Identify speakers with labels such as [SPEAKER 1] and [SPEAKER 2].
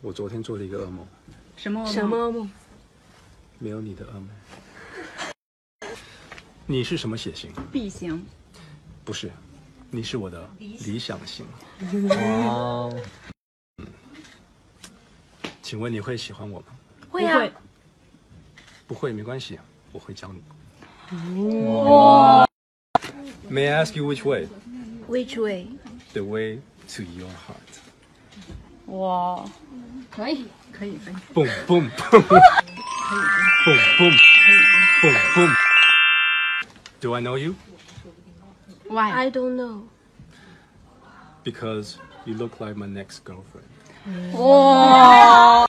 [SPEAKER 1] 我昨天做了一个噩梦，
[SPEAKER 2] 什么
[SPEAKER 3] 什么梦？
[SPEAKER 1] 没有你的噩梦。你是什么血型？
[SPEAKER 2] B 型？
[SPEAKER 1] 不是，你是我的理想型。
[SPEAKER 4] 哇，
[SPEAKER 1] 请问你会喜欢我吗？
[SPEAKER 3] 会啊，
[SPEAKER 1] 不会没关系，我会教你。May I ask you which way?
[SPEAKER 3] Which way？
[SPEAKER 1] The way to your heart.
[SPEAKER 2] 哇，
[SPEAKER 3] 可以。
[SPEAKER 2] 可以可以，
[SPEAKER 1] Boom boom boom. boom boom boom boom. Do I know you?
[SPEAKER 2] Why？
[SPEAKER 3] I don't know。
[SPEAKER 1] Because you look like my next girlfriend.
[SPEAKER 2] 哇，